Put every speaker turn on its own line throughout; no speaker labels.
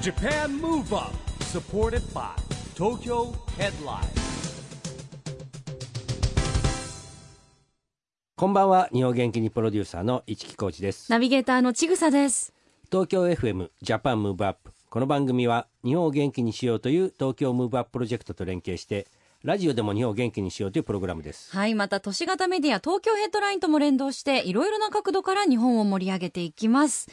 JAPAN MOVE UP SUPPORTED BY TOKYO HEADLINE
こんばんは日本元気にプロデューサーの市木浩司です
ナビゲーターのちぐさです。
東京 FM ジャパンムーブアップこの番組は日本を元気にしようという東京ムーブアッププロジェクトと連携してラジオでも日本を元気にしようというプログラムです
はい、また都市型メディア東京ヘッドラインとも連動して、いろいろな角度から日本を盛り上げていきます。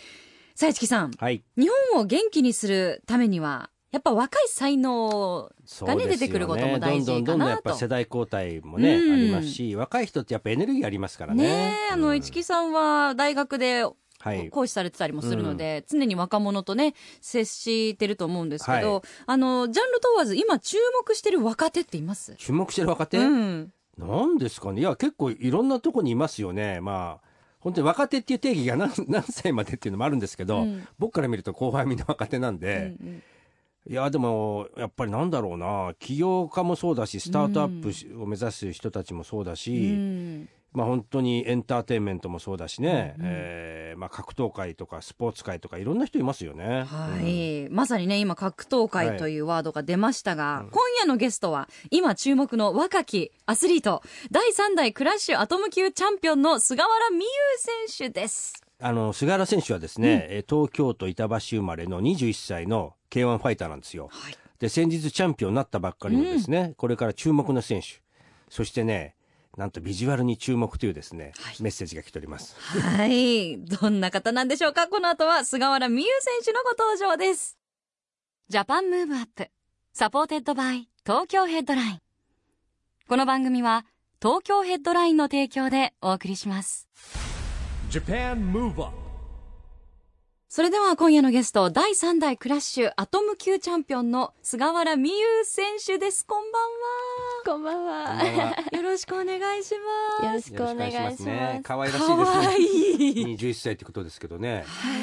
さえちきさん、
はい
日本を元気にするためには、やっぱ若い才能
そう
が
です
ね、
よ
出てくることも大
ど
事
んど
か
んどんどんや
な
っぱ
と。
世代交代もね、
うん
ありますし若い人ってやっぱエネルギーありますからね
ねえ、あ
う
の、
ん
市木さんは大学で
はい
講師されてたりもするので、常に若者とね、接してると思うんですけど、
は
あの、ジャンル問わず今注目してる若手っています
注目してる若手、
うん。
なんですかねいや結構いろんなとこにいますよねまあ本当に若手っていう定義が何 何歳までっていうのもあるんですけど、
うん
僕から見ると後輩みんな若手なん
う
で、
ん
いやでもやっぱりなんだろうな起業家もそうだしスタートアップしを目指す人たちもそうだ
う
し、
ん。
まあ、本当にエンターテインメントもそうだしね、
うんうん
えーまあ、格闘界とかスポーツ界とかいろんな人いますよね。
はい、まさにね今格闘
は
界
い
というワードが出ましたが、今夜のゲストは今注目の若きアスリート第3代クラッシュアトム級チャンピオンの菅原美優選手です
あの菅原選手はですね、えー東京都板橋生まれの21歳の k 1ファイターなんですよ。
はい
で先日チャンピオンになったばっかりのですね、これから注目の選手そしてねなんとビジュアルに注目というですね、
はい
メッセージが来ております。
はいどんな方なんでしょうかこの後は菅原美優選手のご登場ですジャパンムーブアップサポーテッドバイ東京ヘッドラインこの番組は東京ヘッドラインの提供でお送りします
JAPAN MOVE UP
それでは今夜のゲスト、第3代クラッシュアトム級チャンピオンの菅原美優選手です。こんばん
こんばんは。
こんばんは
は。よろしくお願いし
よ
ま
ろ
す。
しくお願いします。
ね。可愛らし
かわ
い
い
ですね。
い。
21歳ってことですけどね。
は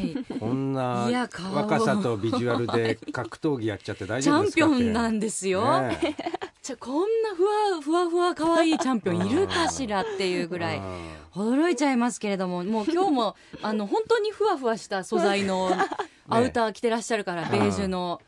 い
こんない
や顔
若さとビジュアルで格闘技やっちゃって大
チ
丈夫
ャ
で
ン
すか
ピオンなん
で
ですよ。じゃこんなふわふわふわ可愛いチャンピオンいるかしらっていうぐらい。驚いちゃいますけれども、もう今日も、あの、本当にふわふわした素材 のアウター着てらっしゃるから、ベージュの。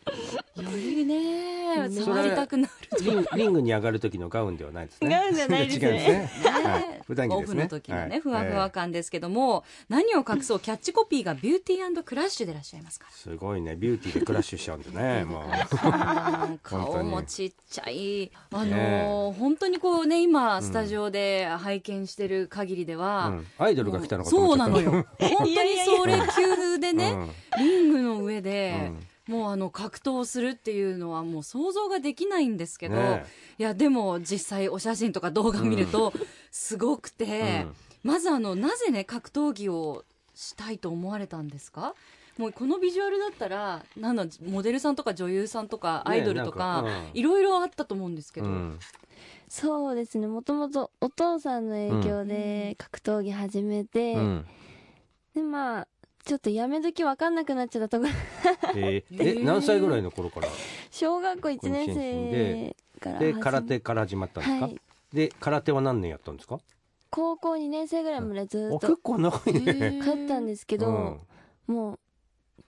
よりね、
それ
触りたくなる
リンリングに上がる時のガウンではないですね。
ガウンじゃないですね
違うんですね。はい普段着
オ
です
フ
ね。
の時の
は
ね、
い
ふわふわ感ですけども、何を隠そう、キャッチコピーがビューティークラッシュでいらっしゃいますか
えーすごいね、ビューティーでクラッシュしちゃうんでね、もう。
ら。顔もちっちゃい。あのー、本当にこうね、今、スタジオで拝見してる限りで
う
は
ん、アイドルが来たのかと
そ
思
う
っちゃ
な
った
のよ。 本当にそれ級でね、リングの上で、もうあの格闘するっていうのはもう想像ができないんですけど、
ね
いやでも実際お写真とか動画見るとすごくて、まずあのなぜね格闘技をしたいと思われたんですかもうこのビジュアルだったらなんだモデルさんとか女優さんとか
ね
アイドルと
な
か,、
んかうん
いろいろあったと思うんですけ
う
ど、
ん。
そうですね。もともとお父さんの影響で格闘技始めて、
うん。
で、まあ、ちょっとやめ時わかんなくなっちゃっ たところ、
えー
へ
え、
ー
何歳ぐらいの頃から
小学校1年生から
で、
始め
空手から始まったんです
は
か
い。
で、空手は何年やったんですか
高校2年生ぐらいまでず
お
っと
結構長いね。
通ったんですけ
う
ど
ん、
もう、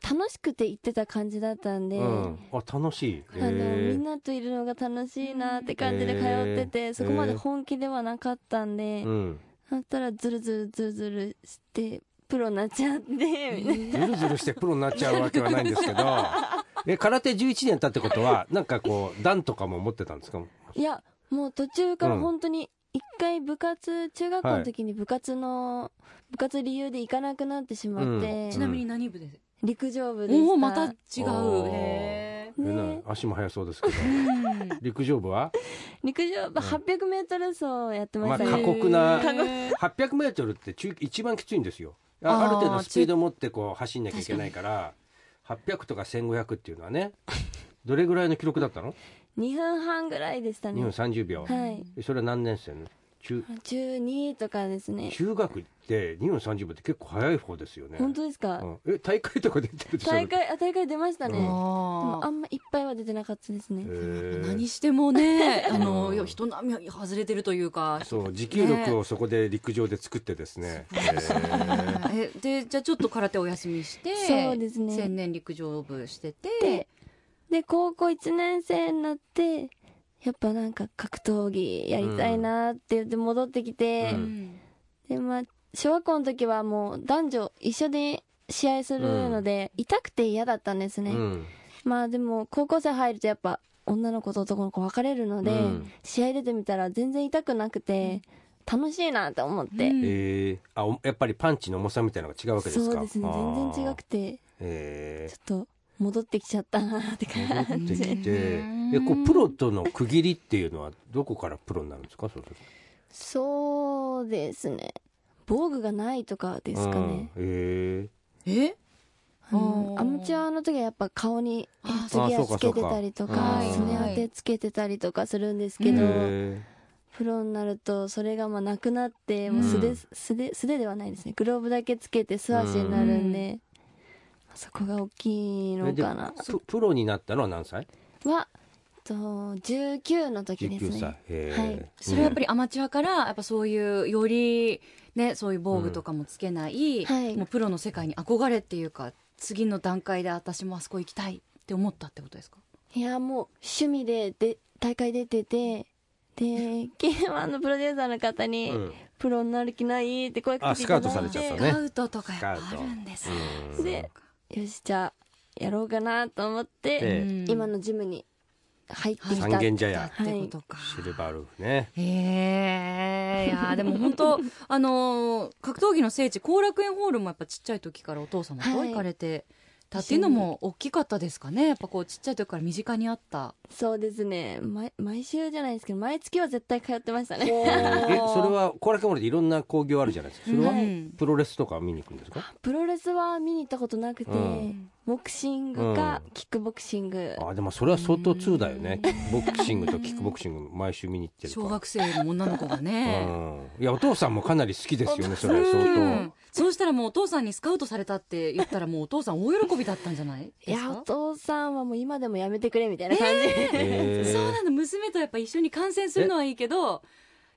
楽しくて行ってた感じだったんで、
うん、あ楽しい。
あのみ
へ
んなといるのが楽しいなって感じで通ってて、そこまで本気ではなかったんで、
えうん。
だったらズルズルズルズルしてプロになっちゃってみたいな
ずるずるしてプロになっちゃうわけはないんです けど。え空手11年経ってことはなんかこう段とかも持ってたんですか。
いやもう途中か
う
ら
ん
本当に一回部活中学校の時に部活の、部活理由で行かなくなってしまって、
ちなみに何部で、
陸上部でし
お
た
おまた
お
違う
ー
へ
えな
ね
足も速そうですけど。
ー
陸上部は
陸上部 800m 走やってました
まあ
ね、
過酷な
へー
800メートルって中一番きついんですよ。
あー
あある程度スピード持ってこう走んなきゃいけないから、800とか1500っていうのは ね、どれぐらいの記録だったの？
2分半ぐらいでした
2分
ね
30秒。
はい
えそれは何年生の？中
中2とかですね
中学って2分30分って結構早い方ですよね
本当ですか、
うんえ大会とか出てるでしょ
大会あ大会出ましたね、
うん
で
あ
もあんまいっぱいは出てなかったですね、
へー
何してもね、あ
う
の
ん
いや人並み外れてるというか。
そう持久力をそこで陸上で作ってですねへ
えでじゃあちょっと空手お休みして、
そうですね
千年陸上部してて
で、で高校1年生になってやっぱなんか格闘技やりたいなって言って戻ってきて、
う
うん
でまあ小学校の時はもう男女一緒で試合するので、痛くて嫌だったんです
ー
ね、
うん
まあでも高校生入るとやっぱ女の子と男の子分かれるので、
うん
試合出てみたら全然痛くなくて楽しいなって思って、
うん
えーあおやっぱりパンチの重さみたいなのが違うわけですか
そうですね全然違く
て
て
え
ちょっと戻ってきちゃったなって
ー
感
戻
じ
ってきて
うん
えこうプロとの区切りっていうのはどこからプロになるんですかそうすると
そうですね防具がないとかですかね、
うんえ
え
あの
おー
アマチュアの時はやっぱ顔に
あ
次
あそう
は
か
つけてたりと
そ
か
うか
すね当てつけてたりとかするんです
ー
け
うん
ど、
え
プロになるとそれがまあなくなって
うん
もう素手素手素手ではないですねグローブだけつけて素足になるんで、そこが大き
ーえ
いの
で
かな
ププロになったのは何歳
はえっと19の時です
19歳
ね
へー
はい
うん
それはやっぱりアマチュアからやっぱそういうよりねそういう防具とかもつけない、
はい
もうプロの世界に憧れっていうか次の段階で私もあそこ行きたいって思ったってことですか。
いやもう趣味でで大会出ててでゲーマーのプロデューサーの方に、
うん
プロになる気ないって声かけてい
あ
た
スカウトされ
だい
ちゃった
て
ね
スカウトとかやっぱあるんですね。
うん
でよしじゃあやろうかなと思って、
え
うん
今のジムに入ってきた、
三軒茶
だっ
屋
てことか。
シルバールーフね
ええいやーでも本 当あのー格闘技の聖地後楽園ホールもやっぱちっちゃい時からお父様と行かれてたっていうのも大きかったですかねやっぱこうちっちゃい時から身近にあった
そうですね毎毎週じゃないですけど毎月は絶対通ってましたね
えそれは後楽園モールでいろんな興行あるじゃないですかそれは
うん
プロレスとか見に行くんですか
プロレスは見に行ったことなくて、
うん
ボクシングか
うん
キックボクシング、
あでもそれは相当通だよねボ
う
クシングとキックボクシング毎週見に行ってるから
小学生の女の子がね。
うんいやお父さんもかなり好きですよねそれ
う
相
んそうしたらもうお父さんにスカウトされたって言ったらもうお父さん大喜びだったんじゃない
い
です
やお
か
父さんはもう今でもやめてくれみたいな感じ、
当へー
そうなの娘とやっぱ一緒に観戦するのはいいけど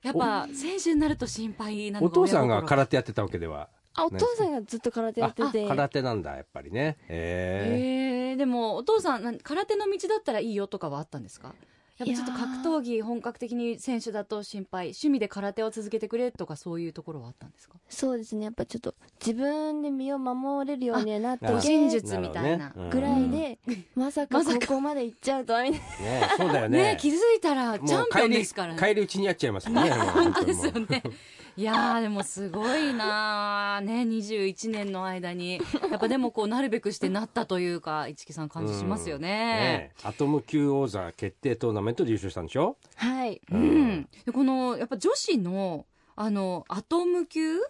やっぱ選手になると心配なの
お父さんが
親心
空手やってたわけでは
あお父さんがずっと空手やってて
あ空手なんだやっぱりねへ
えー、でもお父さんなん空手の道だったらいいよとかはあったんですかやっぱちょっと
いや
格
ー
闘技本格的に選手だと心配趣味で空手を続けてくれとかそういうところはあったんですか
そうですねやっぱちょっと自分で身を守れるようにはなって
あ護
身
て
術
ー
術みたいな
るほどね
ぐらい
うんね
で、まさか
まさ
こ
か
こまで行っちゃうとはみたいな
そうだよ
ね
ね
気づいたらチャンピオンですから
もう帰
ね
り帰り討ちにやっちゃいますも んねもう本当
で
に
すよね いやーでもすごいなーね21年の間にやっぱでもこうなるべくしてなったというか市木さん感じしますよね。
えアトム級王座決定トーナメントで優勝したんでしょ
はい
うん、でこのやっぱ女子のあのアトム級っ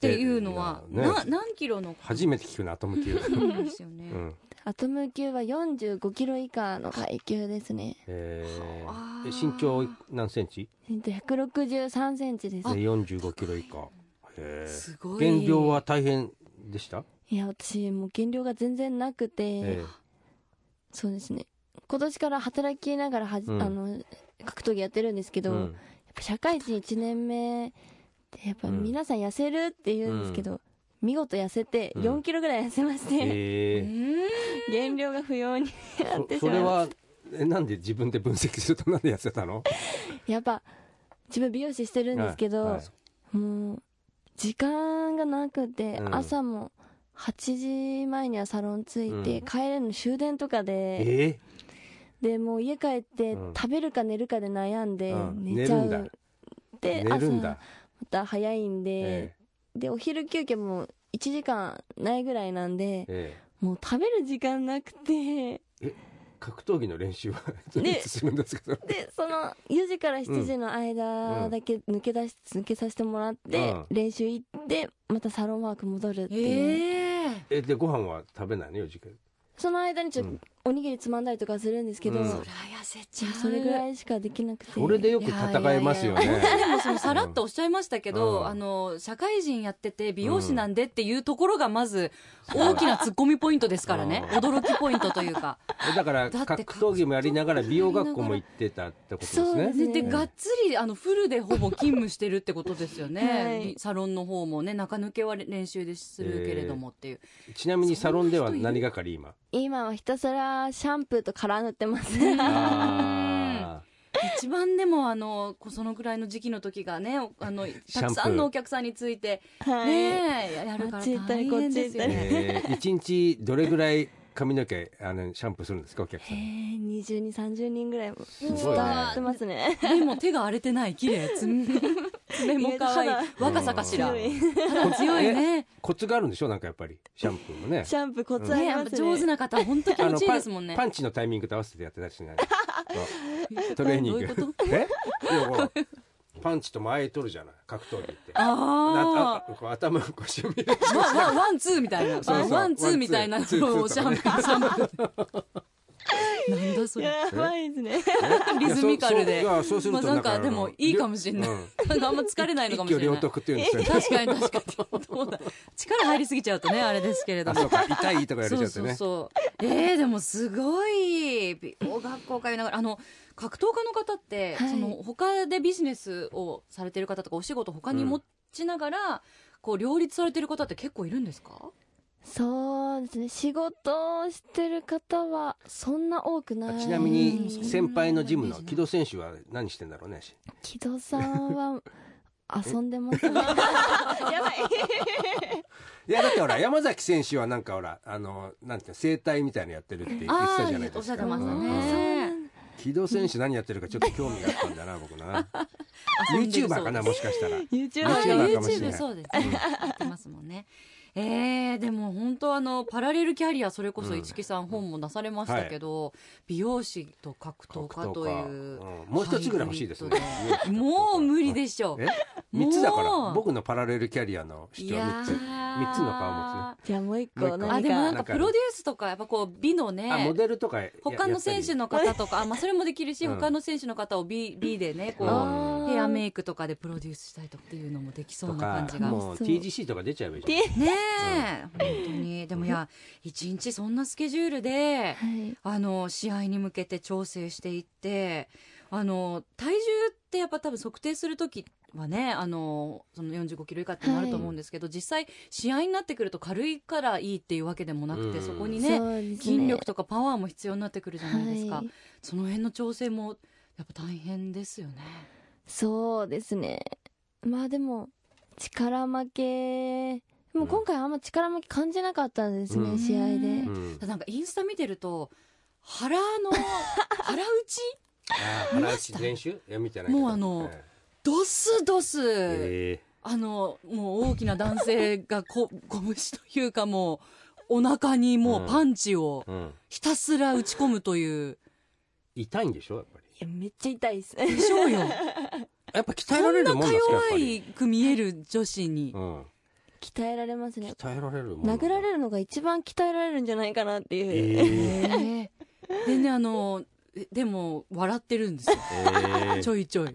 ていうのは、
ね
な何キロの
初めて聞くなアトム級、う
そうですよね。
ん
アトム級は45キロ以下の階級ですね
えー
はあ
え身長何センチ
えっと163センチです
で45キロ以下へえ
すごい
減量は大変でした
いや私もう減量が全然なくて、
え
そうですね今年から働きながらはじ、
うん
あの格闘技やってるんですけ
え
ど、やっぱ社会人1年目ってやっぱ
うん
皆さん痩せるって言うんですけど、見事痩せて
うん
4キロぐらい痩せまして、
う
え
ん
減量が不要に
え
なって
そそ
しま
れ
いま
はえなんで自分で分析するとなんで痩せたの
すやっぱ自分美容師してるんですけど、
はいはい
もう時間がなくて、
うん
朝も8時前にはサロン着いて、
うん
帰れるの終電とかで、
え
でもう家帰って、
うん
食べるか寝るかで悩んで、
うん
寝ちゃう
寝るんだ
で
え寝るんだ
朝、また早いんで、
え
でお昼休憩も1時間ないぐらいなんで
ええ
もう食べる時間なくて
え格闘技の練習は どう
ね
するんですけど
でその4時から7時の間だけ抜け出し、抜けさせてもらって、
うん
練習行ってまたサロンワーク戻るっていう、
ええ
えでご飯は食べないのよ時間
その間にちょっとおにぎりつまんだりとかするんですけど、
うん
そ
そら痩せちゃう
れぐらいしかできなくて
それでよく戦えますよね。
でもそのさらっとおっしゃいましたけ
う
ど、
ん
あの社会人やってて美容師なんでっていうところがまず大きなツッコミポイントですからね、
うん
驚きポイントというか、
だから
だって
格闘技もやりながら美容学校も行ってたってことです
そう
ね
で。す
で
ね
でがっつりあのフルでほぼ勤務してるってことですよね、
はい
サロンの方もね中抜けは練習でするけれどもっていう、
ちなみにサロンでは何係今。
今はひたすらシャンプーとカラー塗ってます
あ
一番でもあのこそのぐらいの時期の時がねおあのたくさんのお客さんについて、
はい、
ねえやるから大変です
あっち行ったりこっち行った
よ
り
ー
ね。
えー一日どれぐらい髪の毛あのシャンプーするんですかお客
え
さん。
ー、22、30人ぐらいも
ごいね
伝わってますね。
でも手が荒れてない綺麗爪爪も可愛い
意外と
若さかしら
うん
肌強いね
コツがあるんでしょなんかやっぱりシャンプーもね。
シャンプーコツあ
ね
り
やっ
ま
ぱ
すね。
上手な方本当気
あ
持
の
ちいい
パ
で
ン
すもんね
パンチのタイミングと合わせてやってたりし ない。そうトレーニン
どういう
グ
こ。
え？いやほらパンチと前取るじゃない格闘技って。
あ
なあこう頭腰を見る。
あワンワンワンツーみたいな
そうそう
ワンツーみたいな
ワ
の
ンツー
をシャンプーシャンプーなんだそ れ
やばいですね。
リズミカルで
いやそうそういやそうすると
まあなんかでもいいかもしれない
うん
なん かあんま疲れないのかも
一
し
挙
れな
両
い
得っていうんですよね。
確かに確かにどうだ力入りすぎちゃうとねあれですけれど
あ
も
そうか痛いとかやれちゃって
そうそう
ね。
そう。えー、でもすごい美容学校通いながらあの格闘家の方って、
はい
その他でビジネスをされてる方とかお仕事他に持ちながら、こう両立されてる方って結構いるんですか？
そうですね。仕事をしてる方は、そんな多くない。
ちなみ
う
に
ん
先輩のジムの木戸選手は何してんだろうね。
木戸さんは、遊んでますね。やばい。
いやだってほら山崎選手はなんかほらあのなんていうの整体みたいなのやってるって言って
あ
たじゃない
ー
で
おっし
す
ゃって
か。
ました
うんうん
ね。
木戸選手何やってるかちょっと興味があったんだな僕 な。ユーチューバーかなもしかしたら。
YouTube
あ
あ
ー YouTuber かもしれない
YouTube そうですね。やってますもんね。えー、でも本当あのパラレルキャリアそれこそ市木さん、本も出されましたけど、美容師と格闘家
格闘
という、
家うんもう一つぐらい欲しいですね
ハイブリッドでもう無理でしょう
え三つだか
も
ら
う
僕のパラレルキャリアの主張三つ
いやー
三つの顔持つね。
じゃあもう一
もう一
個
個
何か。
あでもなん
なん
か
か
プロデュースとかやっぱこう美の
あモ
ね
デルとかや
他の選手の方とかあ、まあ、それもできるし、
うん
他の選手の方を美美でねこ
あ
う
あー
ヘアメイクとかでプロデュースしたりとかっていうのもできそう
と
な感
か
じが
もう TGC とか出ちゃえばいいじゃん
ねえ、本当にでもいや一日そんなスケジュールで
はい。
あの試合に向けて調整していってあの体重ってやっぱ多分測定する時はねあのその45キロ以下ってなると思うんですけど、実際試合になってくると軽いからいいっていうわけでもなくて、
うん
そこにね
そうですね。
筋力とかパワーも必要になってくるじゃないですか、
はい
その辺の調整もやっぱ大変ですよね。
そうですね。まあでも、力負け、でも今回あんま力負け感じなかったんですね、
うん
試合で
う。
うん
なんかインスタ見てると腹の腹打ち
あー腹打ち練習いや見てないけど
もうあの
え
ドスドス、
ええ
あのもう大きな男性がこ拳というかもうお腹にもうパンチを
えうん
ひたすら打ち込むという
痛いんでしょやっぱり
いや、めっちゃ痛いです。
でし ょうよ
やっぱ鍛え
こ
られ
んな
るもんな
か
んですかやっ
弱
ぱり
いく見える女子に
うん
鍛えられますね。
鍛えられるもんなんだ
殴られるのが一番鍛えられるんじゃないかなって
え
いう。
え
えーでねあのえでも笑ってるんですよ
ええ
ちょいちょい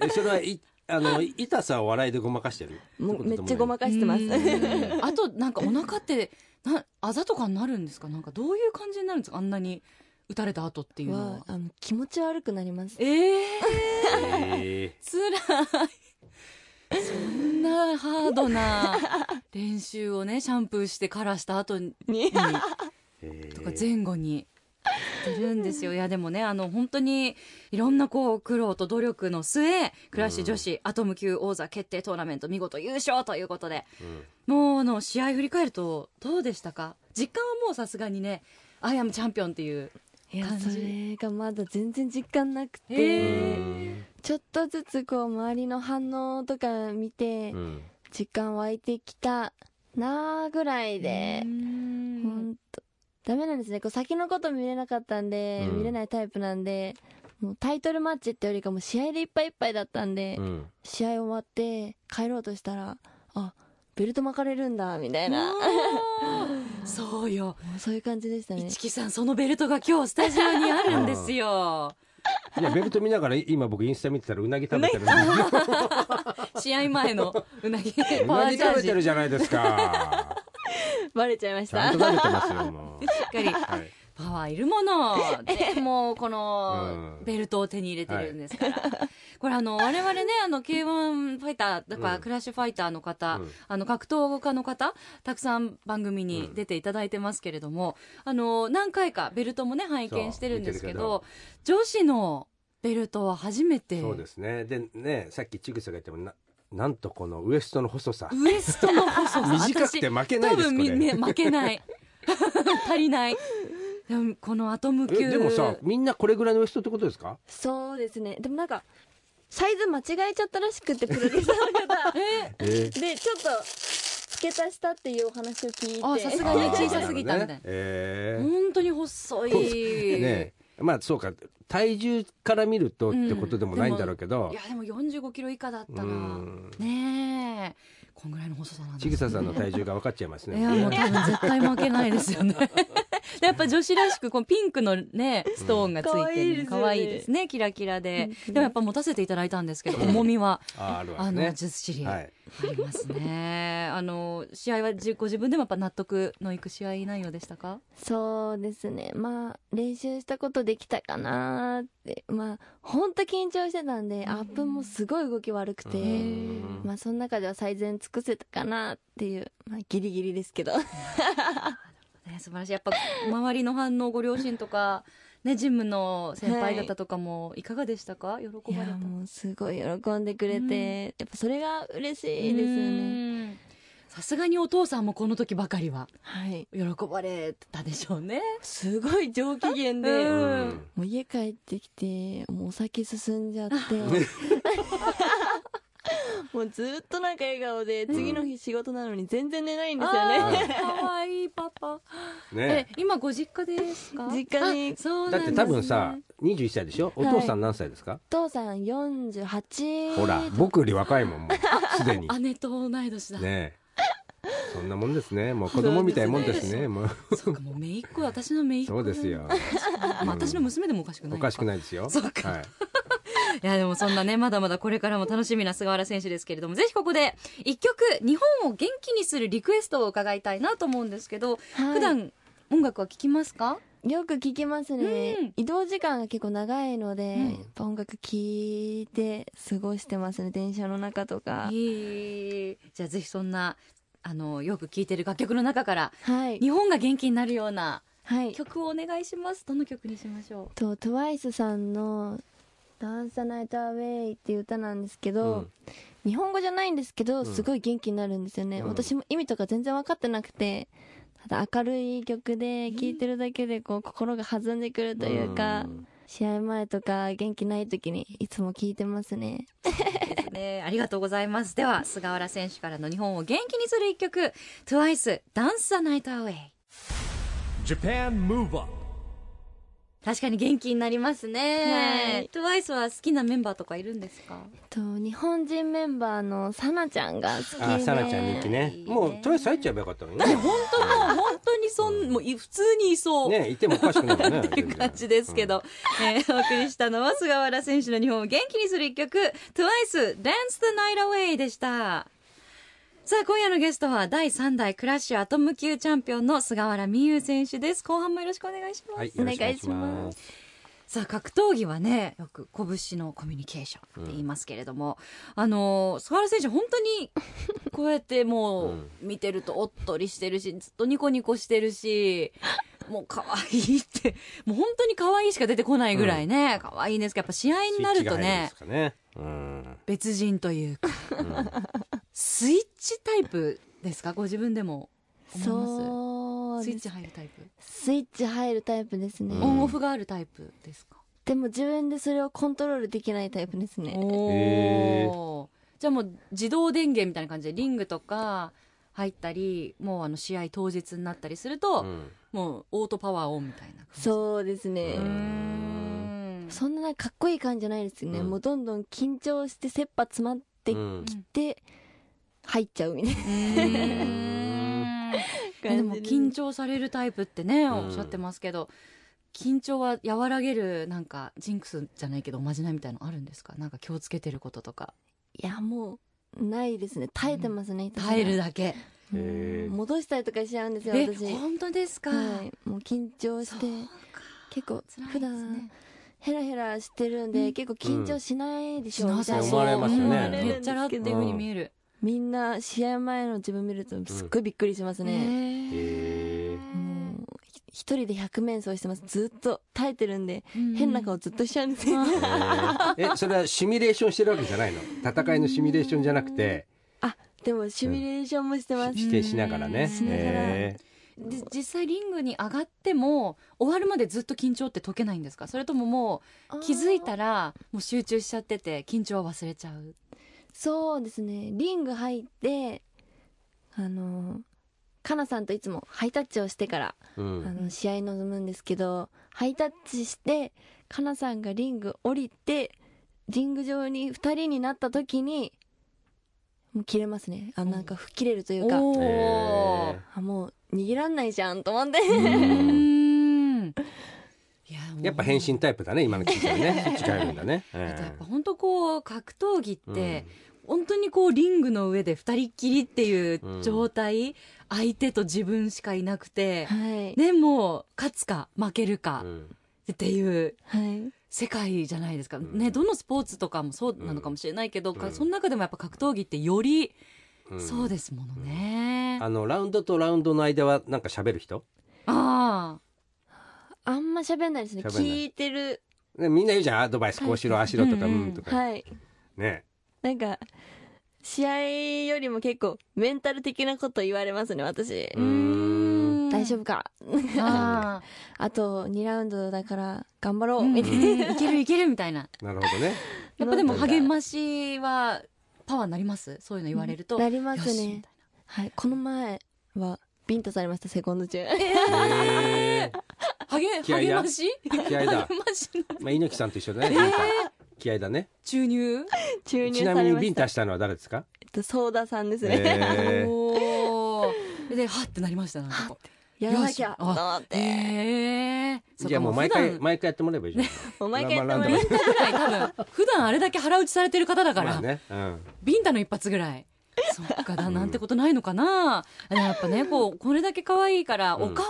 えそれはいあの痛さを笑いでごまかしてる
もうめっちゃごま
か
かしてます。
うんあとなんかお腹ってなあざとかになるんですかなんかどういう感じになるんですかあんなに打たれた後っていうの
は
は、
あの、気持ち悪くなります。
ええ
ええ
つらいそんなハードな練習をねシャンプーしてカラーした後に
に
とか
ええ
前後にしてるんですよいやでもねあの本当にいろんなこう苦労と努力の末クラッシュ女子アトム級王座決定トーナメント見事優勝ということで
うん
もうあの試合振り返るとどうでしたか実感はもうさすがにね「アイアムチャンピオン」っていう
いや
感じ
それがまだ全然実感なく
へ
てちょっとずつこう周りの反応とか見て
うん
実感湧いてきたなーぐらいで
うー
ほ
ん
んとダメなんですねこう先のこと見れなかったんで
うん
見れないタイプなんでもうタイトルマッチってよりかもう試合でいっぱいいっぱいだったんで
うん
試合終わって帰ろうとしたらあベルト巻かれるんだみたいな、も
そうよ。
うそういう感じでしたね
一木さん、そのベルトが今日スタジオにあるんですよ。
いやベルト見ながら今僕インスタ見てたらうなぎ食べてる
試合前のう なぎ。パ
うな
ワー
ぎ
チャ
食
ー
べ
ジ。
てるじゃないです か
バレちゃいまし
ちゃ
た
んと食べてますよも う
しっかり。
はい
パワーいるもの。でもうこの
うん
ベルトを手に入れてるんですから。これあの、我々ね、あの、K1 ファイター、だ
う
から
ん
クラッシュファイターの方、
うん
あの、格闘家の方、たくさん番組に出ていただいてますけれども、あの、何回かベルトもね、拝見してるんですけど、女子のベルトは初めて。
そうですねでねさっきちぐさが言ってもななんとこのウエストの細さ
ウエストの 細さ。
短くて負けないですこれ
私多分みね負けない。 足りない。でも、このアトム級。
えでもさみんなこれぐらいのウエストってことですか
そうですねでもなんかサイズ間違えちゃったらしくってプロデューサーの 方
え
え
でちょっと付け足したっていうお話を聞いて
あさすがに小さすぎたみたいな
えー
本当に細い。
ねえまあそうか体重から見るとってことでもないんだろうけど
いや、でも45キロ以下だった
う
ら。
ん
ねえ。こんぐらいの細さなんです
ち
ね
ぐささんの体重が分かっちゃいますね
いや、もう多分絶対負けないですよ ね。やっぱ女子らしく、このピンクのね、ストーンがついてる。
うん
可愛いですね、キラキラで。
う
で
ん
もやっぱ持たせていただいたんですけど、重みは。
ああるわ
あ
け
の、
ね
ずっしり。
は
あ
い
りますね。あの、試合はじご自分でもやっぱ納得のいく試合内容でしたか
そうですねまあ練習したことできたかなーってまあほんと緊張してたんで、アップもすごい動き悪くて、
うん
まあその中では最善尽くせたかなっていうまあギリギリです けど
ね、素晴らしい。やっぱ、周りの反応、ご両親とか、ね、ジムの先輩方とかも、いかがでしたか喜
い
ば
や
れた。
もうすごい喜んでくれて、
うん
やっぱそれが嬉しいですよね
ね。さすがにお父さんもこの時ばかりは、
はい
喜ばれたでしょうね。
すごい上機嫌で、
うん
うん
もう家帰ってきてもうお酒進んじゃって もうずっとなんか笑顔で次の日仕事なのに全然寝ないんですよね、
かわいいパパ。え
ね、
今ご実家ですか
実家に
あそう
だ
なん
って
ですね
多分さ21歳でしょお父さん何歳ですか
お父さん48
ほら僕より若いもんもうすでに
姉と同い年だ。
ねえそんなもんですねもう子供みたいもんですねもう
そうか、もう姪っ子、私の姪っ子。
そうです。よ
まあ、私の娘でもおかしくない。
おかしく
い。
ないですよ
そうか
はい
いや、でもそんなね、まだまだこれからも楽しみな菅原選手ですけれども、ぜひここで、一曲、日本を元気にするリクエストを伺いたいなと思うんですけど、
はい
普段、音楽は聴きますか
よく聞きますね、
うん
移動時間が結構長いので、
うん
やっぱ音楽聴いて過ごしてますね電車の中とか
いいじゃあぜひそんな、あの、よく聴いてる楽曲の中から、
はい
日本が元気になるような
はい
曲をお願いします。どの曲にしましょ
と TWICE さんの「ダンサナイトアウェイ」っていう歌なんですけど、
うん
日本語じゃないんですけど
ん
すごい元気になるんですよね、
うん
私も意味とか全然分かってなくてただ明るい曲で聴いてるだけでこう心が弾んでくるというか、
うん
試合前とか元気ない時にいつも聴いてますね
うですね。 ありがとうございます。では、菅原選手からの日本を元気にする一曲、TWICE、Dance a Night Away。
Japan Move Up
確かに元気になります
は
ね
い。
TWICE は好きなメンバーとかいるんですか
と日本人メンバーのさなちゃんが好きで
あさなちゃん人気ねもうとりあえず入っちゃえばよかったのにね
本当もう、本当にそん、もうい普通にいそう。
ねいてもおかしくないよね
っていう感じですけど、えーお送りしたのは菅原選手の日本を元気にする一曲 TWICE「Dance the Night Away」でしたさあ今夜のゲストは第3代クラッシュアトム級チャンピオンの菅原美優選手です後半もよろしくお願いします、
はいよろく
お願いします
さあ格闘技はねよく拳のコミュニケーションって言いますけれども、あのー菅原選手本当にこうやってもう見てるとおっとりしてるしずっとニコニコしてるしもう可愛いってもう本当に可愛いしか出てこないぐらいね、可愛いんですけどやっぱ試合になるとね
スイッチが入るんですかねうん
別人というか、スイッチタイプですかご自分でも思い
そ
ま
う
すスイッ
で
チ
す
入るタイプ、
スイッチ入るタイプですね、
オンオフがあるタイプですか
でも自分でそれをコントロールできないタイプですね
へ
おーじゃあもう自動電源みたいな感じでリングとか入ったりもうあの試合当日になったりすると、
うん
もうオートパワーオンみたいな感じ
そうですね、
うー
うん
そんななんかかっこいい感じじゃないですね、
うん
もうどんどん緊張して切羽詰まって
うん
きて、入っちゃうみたいな
うーんでも緊張されるタイプってね
ん
おっしゃってますけど、緊張は和らげるなんかジンクスじゃないけどおまじないみたいのあるんですかなんか気をつけてることとか
いやもうないですね耐えてますね、
耐えるだけ
うん
へー
戻したりとかしちゃうんですよ
え
私
本当ですか、
はいもう緊張して結構普段ヘラヘラしてるんで、結構緊張しないでしょ、
しな
みた
さ
いな
思われますよね
うんめっちゃらっていうふうに見える、
みんな試合前の自分見るとすっごいびっくりしますね、
へ
もうひ一人で100面相してますずっと耐えてるんで、
うん
変な顔ずっとしちゃうんですよ、
ええそれはシミュレーションしてるわけじゃないの戦いのシミュレーションじゃなくて
あ でもシミュレーションもしてます、
否定しながらね
しながら
へ
で実際リングに上がっても終わるまでずっと緊張って解けないんですかそれとももう気づいた
ら
らもう集中しちゃってて緊張は忘れちゃう
そうですねリング入ってあのかなさんといつもハイタッチをしてから、
ーうん
あの試合に臨むんですけどハイタッチしてかなさんがリング降りてリング上に2人になった時にもう切れますねあなんか吹っ切れるというか
おー
へ
あもう逃げらんないじゃんと思って
ーうん
いや
やっぱ変身タイプだね今の聞いてねそっち変えるんだね
あとやっ
え
ぱ本当こう格闘技
ー
って本当にこうリングの上で二人っきりっていう状態、相手と自分しかいなくて、
はい、
でも勝つか負けるか
うんうん
っていう
はい、
世界じゃないですか、
ん
ねどのスポーツとかもそうなのかもしれないけど、か
うん
その中でもやっぱ格闘技ってより
うん
そうですものね、
あのラウンドとラウンドの間はなんか喋る人
ああ
あんま喋んないですね
喋んない
聞いてる
ねみんな言うじゃんアドバイスこうしろああしろとか
う
うん
うん
んとか
はい
ね
なんか試合よりも結構メンタル的なこと言われますね私、
うーん
大丈夫か
夫ああ
あと2ラウンドだから頑張ろう
うん
み
い
たいな、
けるいけるみた いな
なるほどね
やっぱでも
なんだ
励ましはパワーになりますそういうの言われると、
なります
よしみ
ね
たいな
はいこの前はビンタされましたセコンド中
へー
励
気合い
励
だ
まし
気合い だ
励ましの
まあ猪木さんと一緒だね気合いだね
注入
注入
ち
さ
なみ
れ
に
ま
ビ
し
ン
た
タしたのは誰ですか
えっとソーダさんですね、
へー
おーではってなりましたなんかこう
やらなきゃ
よし
と思
あ
って、
へえそっか
じゃあもう
普
毎
段
回毎回やってもらえばいいじゃん
もう毎回やってもらえ
ま
ば
あまあ
普段多分普段あれだけ腹打ちされてる方だか
ま
ら、
あねうん
ビンタの一発ぐらい。そっかだ、なんてことないのかな。でもやっぱね、こう、これだけ可愛いから、
うん
お顔が、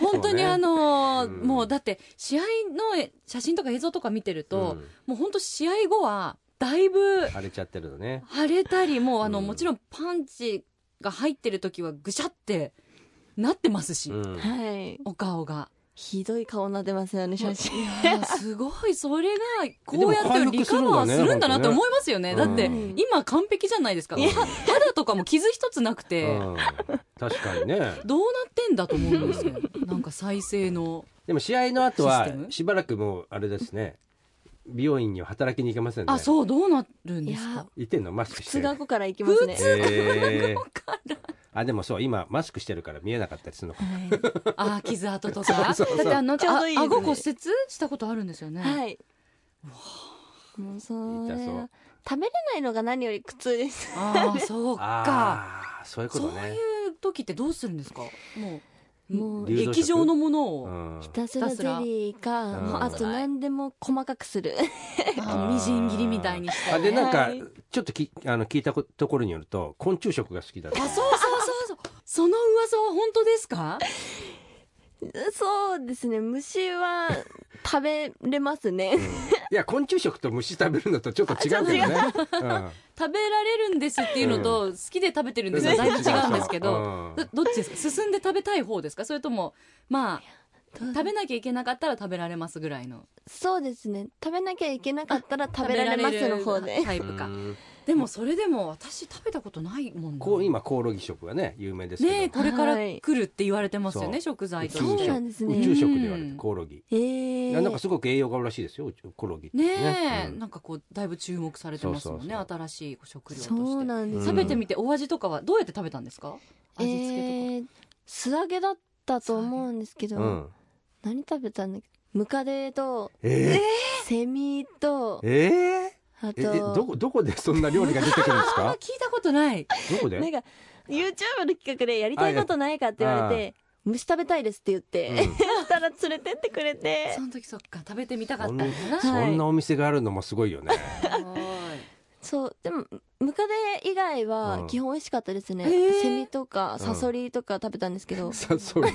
本当
そう
に
ね
あの、
うん
もうだって、試合の写真とか映像とか見てると、
うん
もう本当試合後は、だいぶ
荒れちゃってるのね
腫れたり、もうあの、
うん
もちろんパンチが入ってる時はぐしゃってなってますし、
うん
はい
お顔が。
ひどい顔になってますよね写真
いやーすごいそれがこうやってリカバーするんだなって思いますよねだ
回復
っ
す
て
る
んだね
今完璧じゃないですか
いや
は肌とかも傷一つなくて
うん確かにね
どうなってんだと思うんですよなんか再生の
でも試合の後は
システム
しばらくもうあれですね美容院には働きに行けませんね
あそうどうなるん
い
で
や
すか
行ってんのマスクして
靴がこから行きますね
へー
から
あでもそう今マスクしてるから見えなかったりするのか
あー傷跡とか
そうそうそう
だってあの
ちょうどいいで
あ
すね
顎骨折したことあるんですよね
はいもうそれ
痛そう
は食べれないのが何より苦痛です
ああそうか
ああそういうこ
そ
と
うい
ね
う時ってどうするんですかも
も
う
う
流動食
液状のものを
うん
ひたすらゼリーか、
うん
もうあと何でも細かくする
あーみじん切りみたいにして
あでなんか
はい
ちょっときあの聞いたこところによると昆虫食が好きだと
あ、そうそうそうそう。その噂は本当ですか？
そうですね虫は食べれますね
いや昆虫食と虫食べるのとちょっと違うけどねうん
食べられるんですっていうのと、好きで食べてるんですはだいぶ違うんですけど、
う
ど
ん
どっちですか？進んで食べたい方ですか？それともまあ食べなきゃいけなかったら食べられますぐらいの
そうですね食べなきゃいけなかったら食べられますの方で
タイプか。でもそれでも私食べたことないもんな
こう今コオロギ食がね有名ですけど
ねえこれから来るって言われてますよ
は
ね
い
食材
宇宙
と
そう
して
なんですね
宇宙食で言われて
うん
るコオロギ
え
い
ー、
やなんかすごく栄養があるらしいですよコオロギって
ねえ、
うん
なんかこうだいぶ注目されてますもんね
そうそう
新しい食料として
そうなんです
う
食
ん
べてみてお味とかはどうやって食べたんですか味付けとか、
えー素揚げだったと思うんですけど、
うん
何食べたんだっけムカデと
えー
セミと
え
あ
ええど
と
こどこでそんな料理が出てくるんです
あ
か
聞いたことない
どこ
なん
で、
か YouTube の企画でやりたいことないかって言われ
あや
て虫食べたいですって言って、
うん
そしたら連れてってくれて
その時そっか食べてみたかっ
そ
た
ん
んだ
な
な
そ
そんなお店があるのもすごいよね、
すごい
そうでもムカデ以外
う
は
ん
基本美味しかったですね、
へー
セミとかサソリとか食べたんですけど、
サソリ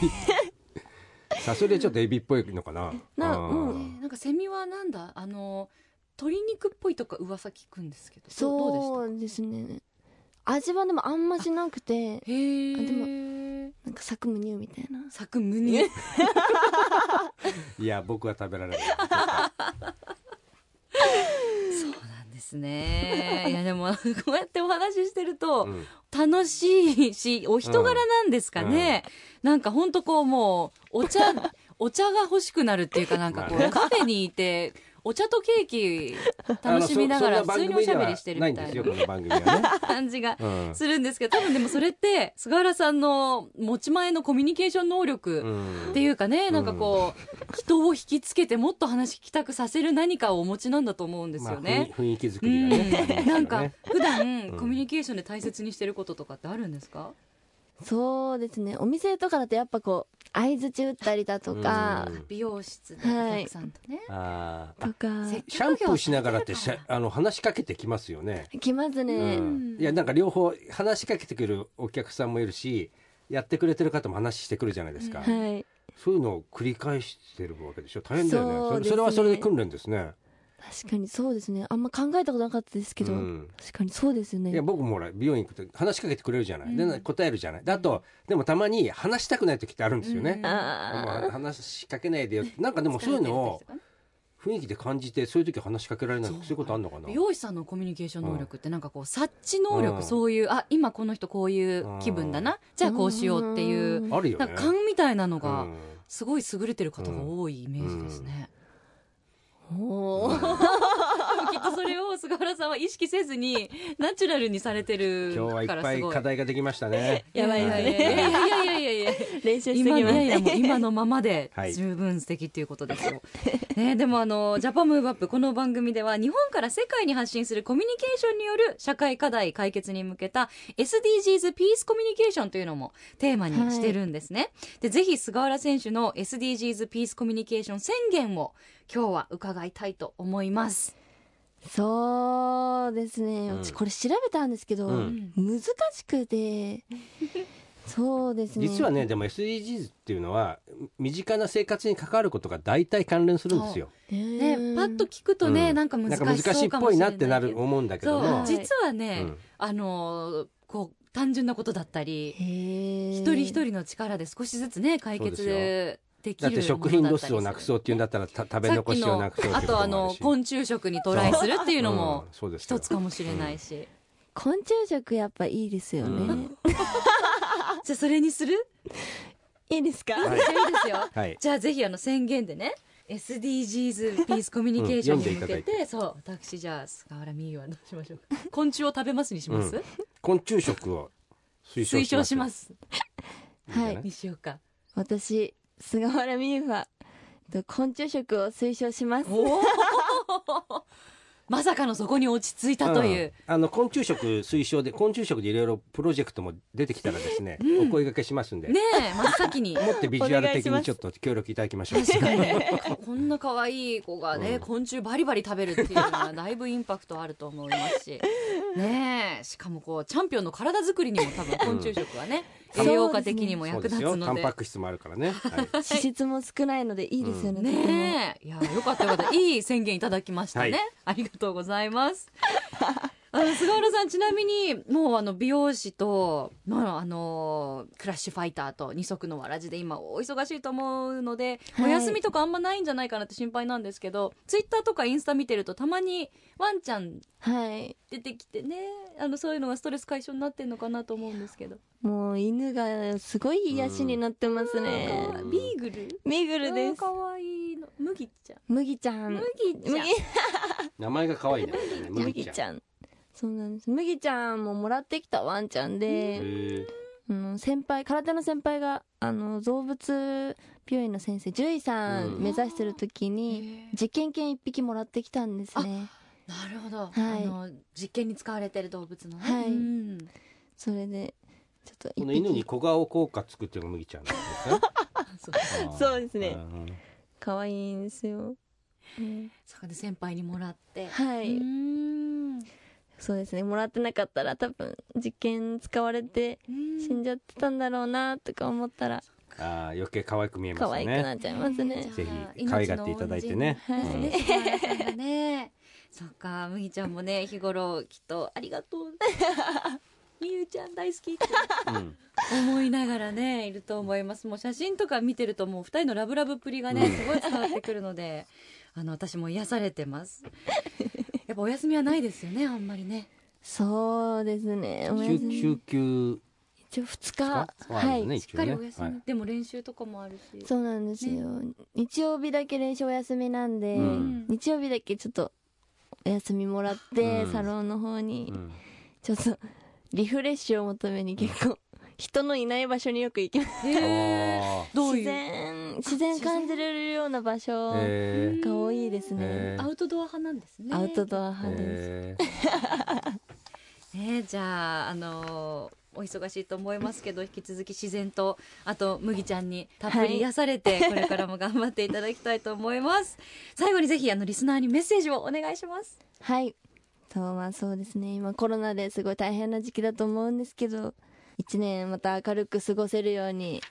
サソリはちょっとエビっぽいのかな
な
あー
う
えーなんかセミはなんだあの鶏肉っぽいとか噂聞くんですけどどうど
そう
で
うですね味はでもあんましなくて
したへ
あで
え
なんか作無乳みたいな
サクムニ
いや僕は食べられない
なんです ねいやでも こうやってお話ししてると、
うん
楽しいしお人柄なんですかね、なんかほんとこうもうお茶 お茶が欲しくなるっていうかなんかこ
まあ
うカフェにいてお茶とケーキ楽しみながら
あのそ
普通におしゃべりしてるみたい
そ
なん
な番組ではないんですよこの番組はね、
感じが
うん
するんですけど多分でもそれって菅原さんの持ち前のコミュニケーション能
う
力
ん
っていうかね、なんかこう人を引きつけてもっと話聞きたくさせる何かをお持ちなんだと思うんですよね。
まあ、雰囲雰囲気作
う
りが
ん
ねありますよね
なんか普段
うん
コミュニケーションで大切にしてることとかってあるんですか？
そうですねお店とかだとやっぱこう相づち打ったりだとか
うん
美容室でお客さんとね。
あー
とか
せ
シャンプーしながらってしゃあの話しかけてきますよね、
来ます
う
ね、
ん、いやなんか両方話しかけてくるお客さんもいるしやってくれてる方も話してくるじゃないですか、
うん
はい
そういうのを繰り返してるわけでしょ大変だよねそ
そう
れ
ですね
それはそれで訓練ですね、
確かにそうですねあんま考えたことなかったですけ
う
ど、
ん、
確かにそうですね
いや僕もほら美容院行くと話しかけてくれるじゃない、
う
で
ん
答えるじゃないであとでもたまに話したくない時ってあるんですよね、
うん
あ
もう話しかけないでよってなんかでもそういうのを雰囲気で感じてそういう時は話しかけられない
そ
そうういうことあんのかな
美容師さんのコミュニケーション能力ってなんかこう察知能
う
力
ん
そういうあ今この人こういう気分だなじゃあこうしようっていう
あるよ
な
ね
んか勘みたいなの
う
が
ん
すごい優れてる方が多いイメージですね。
ーおー
でもきっとそれを菅原さんは意識せずにナチュラルにされてる
今日はいっ
か
ぱ
らす
い
ごい
課。題ができましたね
やばいやばいやばいやいやいやいやいやいや。
練習して
今
き
い
ます
やい やもう今のままで
はい
十分素敵っていうことですよ。 ね、でもあのジャパンムーブアップこの番組では日本から世界に発信するコミュニケーションによる社会課題解決に向けた SDGs ピースコミュニケーションというのもテーマにしてるんですね。でぜひ菅原選手の SDGs ピースコミュニケーション宣言を今日は伺いたいと思います。
そうですね、
うん
私これ調べたんですけど、
う
難しく てそうですね
実はねでも SDGs っていうのは身近な生活に関わることが大体関連するんですよ、
ね、
ね
パッと聞くとね、
うん
なんか難しそうかもしれ
難
な
し
い
い
け
っ
ど。
ぽいなってなる思うんだけ
そ
ど
う、
も
じ
実はね、
うん
あのこう単純なことだったり、
一
一人一人の力で少しずつね解
そう
決
で
でき
だ
る
って食品ロスをなくそうっていうんだったらた食べ
さっ
残
き
しをな
の
くそうっ
あ
てことも
と
あ
あ
るし
の昆虫食にトライするっていうのも
うんそうですよ
一つかもしれないし、
昆虫食やっぱいいですよね、
う
じゃあそれにする
いいですか、
はい
いいですよ
はい
じゃあぜひあの宣言でね SDGs ピースコミュニケーションに向
うん読
け
んでいた
て、そう私じゃあ菅原美優はどうしましょう か昆虫を食べますにします、
うん昆虫食を推奨
推奨しますす
いいんじゃない
はい
にしようか
私菅原美優はえっと昆虫食を推奨しま す
おーまさかのそこに落ち着いたという、
うんあの昆虫食推奨で昆虫食でいろいろプロジェクトも出てきたらですね、お声掛けしますんで、
ねえ真っ 先に
もっとビジュアル的
お願
に
いします
ちょっと協力いただきましょう
こんな可愛い子がね、
うん
昆虫バリバリ食べるっていうのはだいぶインパクトあると思いま すしねえしかもこうチャンピオンの体作りにも多分昆虫食はね、
うん
栄養価的にも役立
そう
つ
ですよタ
の
ン
で。
パク質もあるからね、はい、
脂質も少ないのでいいですよね、とても
ねえいやよかったよかったいい宣言いただきましたね、
はい
ありがとうございます あの菅原さんちなみにもうあの美容師と、まあ、あのクラッシュファイターと二足のわらじで今お忙しいと思うので、
は
お
い
休みとかあんまないんじゃないかなって心配なんですけどツイッターとかインスタ見てるとたまにワンちゃん
はい
出てきてねあのそういうのがストレス解消になってるのかなと思うんですけど
もう犬がすごい癒しになってますね
うん
ビーグル
ミグルです
かわいいの麦ちゃん
麦ちゃん
麦ちゃん
名前が可愛いね
麦ちゃんそうなんです麦ちゃんももらってきたワンちゃん
へ
で、
ー
うん、先輩空手の先輩があの動物病院の先生獣医さ
うんん
目指してる時に、
へえ
実験犬一匹もらってきたんですね
なるほど、
はい
あの実験に使われてる動物のね、
はい
うん
それでちょっと一
この
匹
犬に小顔効果つくっていうのが麦ちゃんなんですねあー
そうですね
うん
可愛いんですよ、うん
そこで先輩にもらって、
はい、
うん
そうですねもらってなかったら多分実験使われて死んじゃってたんだろうなとか思ったら
あー余計可愛く見えます
可
よ
愛くな
ね
っちゃいますね
ぜひ可愛がっていただいてね
命の恩
うん
人
そうですよね。そっか、麦ちゃんもね、日頃きっとありがとう。 みゆちゃん大好きって
うん
思いながらね、いると思います。もう写真とか見てると、もう二人のラブラブっぷりがね、すごい伝わってくるので。あの、私も癒されてます。やっぱお休みはないですよね、あんまりね。
そうですねお休
週
み
週休
一応2
二
日
日はあ
は
る
い
んです
し
ね
っか
一
り
応
お
ね
休
は
み、
い
でも練習とかもあるし。
そうなんですよ、日曜日だけ練習お休みなんで、
うん
日曜日だけちょっとお休みもらって、
うん
サロンの方に
うん
ちょっとリフレッシュを求めに結構 人のいない場所によく行きます
へえ。
あー
どうい
自
う。
然自然感じれるような場所が
えー
多いですね、
え
アウトドア派なんですね。
アウトドア派です、
え
ねえじゃあ、あのーお忙しいと思います けど引き続き自然とあと麦ちゃんにたっぷり癒されて、これからも頑張っていただきたいと思います最後にぜひあのリスナーにメッセージをお願いします
はいとまあそうですね今コロナですごい大変な時期だと思うんですけど一年また明るく過ごせるように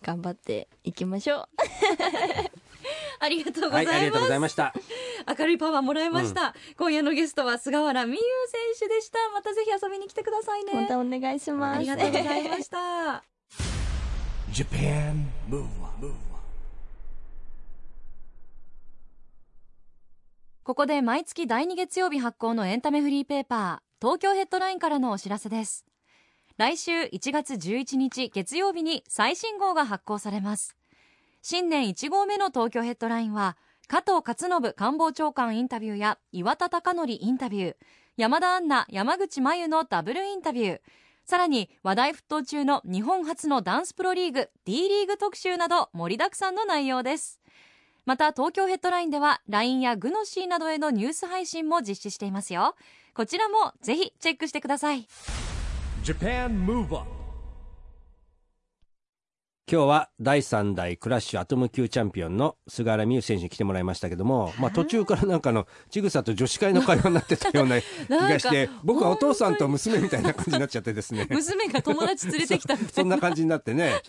頑張っていきましょう
ありがと
ー
うござ
はいい
ます、
ありがとうございました
明るいパワーもらいました、今夜のゲストは菅原美優選手でしたまたぜひ遊びに来てくださいね
またお願いします
ありがとうございました
Japan Move Up, Move Up.
ここで毎月第2月曜日発行のエンタメフリーペーパー、東京ヘッドラインからのお知らせです。来週1月11日月曜日に最新号が発行されます。新年1号目の東京ヘッドラインは、加藤勝信官房長官インタビューや岩田貴則インタビュー、山田杏奈、山口真由のダブルインタビュー、さらに話題沸騰中の日本初のダンスプロリーグ D リーグ特集など盛りだくさんの内容です。また東京ヘッドラインでは LINE やグノシーなどへのニュース配信も実施していますよこちらもぜひチェックしてください
Japan Move Up,
今日は第3代クラッシュアトム級チャンピオンの菅原美優選手に来てもらいましたけども、まあ、途中からなんかあのちぐさと女子会の会話になってたよう な気がして僕はお父さんと娘みたいな感じになっちゃって ですね
娘が友達連れてきたみた
そ
い
ん
な
な感じになってね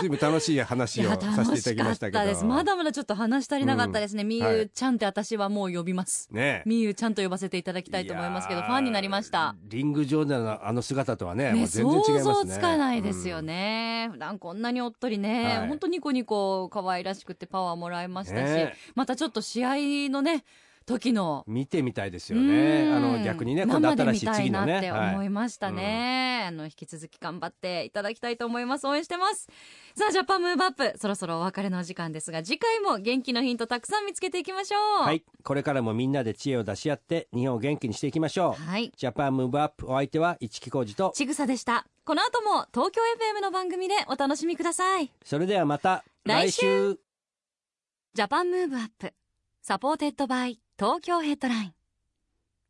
随分楽しい話をさせていただきましたけど
ですまだまだちょっと話足りなかったですね、みゆちゃんって私はもう呼びます
ね
みゆちゃんと呼ばせていただきたいと思いますけどファンになりました
いやーリング上でのあの姿とはねも
ね、
う全然違いますね
想像つかないですよね、普段こんなにおっとりね、
はい
本当ニコニコ可愛らしくてパワーもらいましたし、
ね
またちょっと試合のね時の
見てみたいですよね
うん
あの逆にね今度
生で
新
見
しい
たい
次
な
の
っ
ね
て思い
は
ましたね、あの引き続き頑張っていただきたいと思います応援してますさあジャパンムーブアップそろそろお別れのお時間ですが次回も元気のヒントたくさん見つけていきましょう
はい、これからもみんなで知恵を出し合って日本を元気にしていきましょう
はい
ジャパンムーブアップお相手は市木浩二と
ちぐさでしたこの後も東京 FM の番組でお楽しみください
それではまた
来週ジャパンムーブアップサポーテッドバイ東京ヘッドライン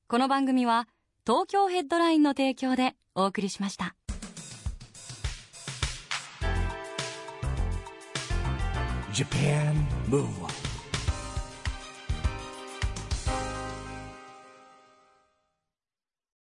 この番組は東京ヘッドラインの提供でお送りしました
Japan Move Up.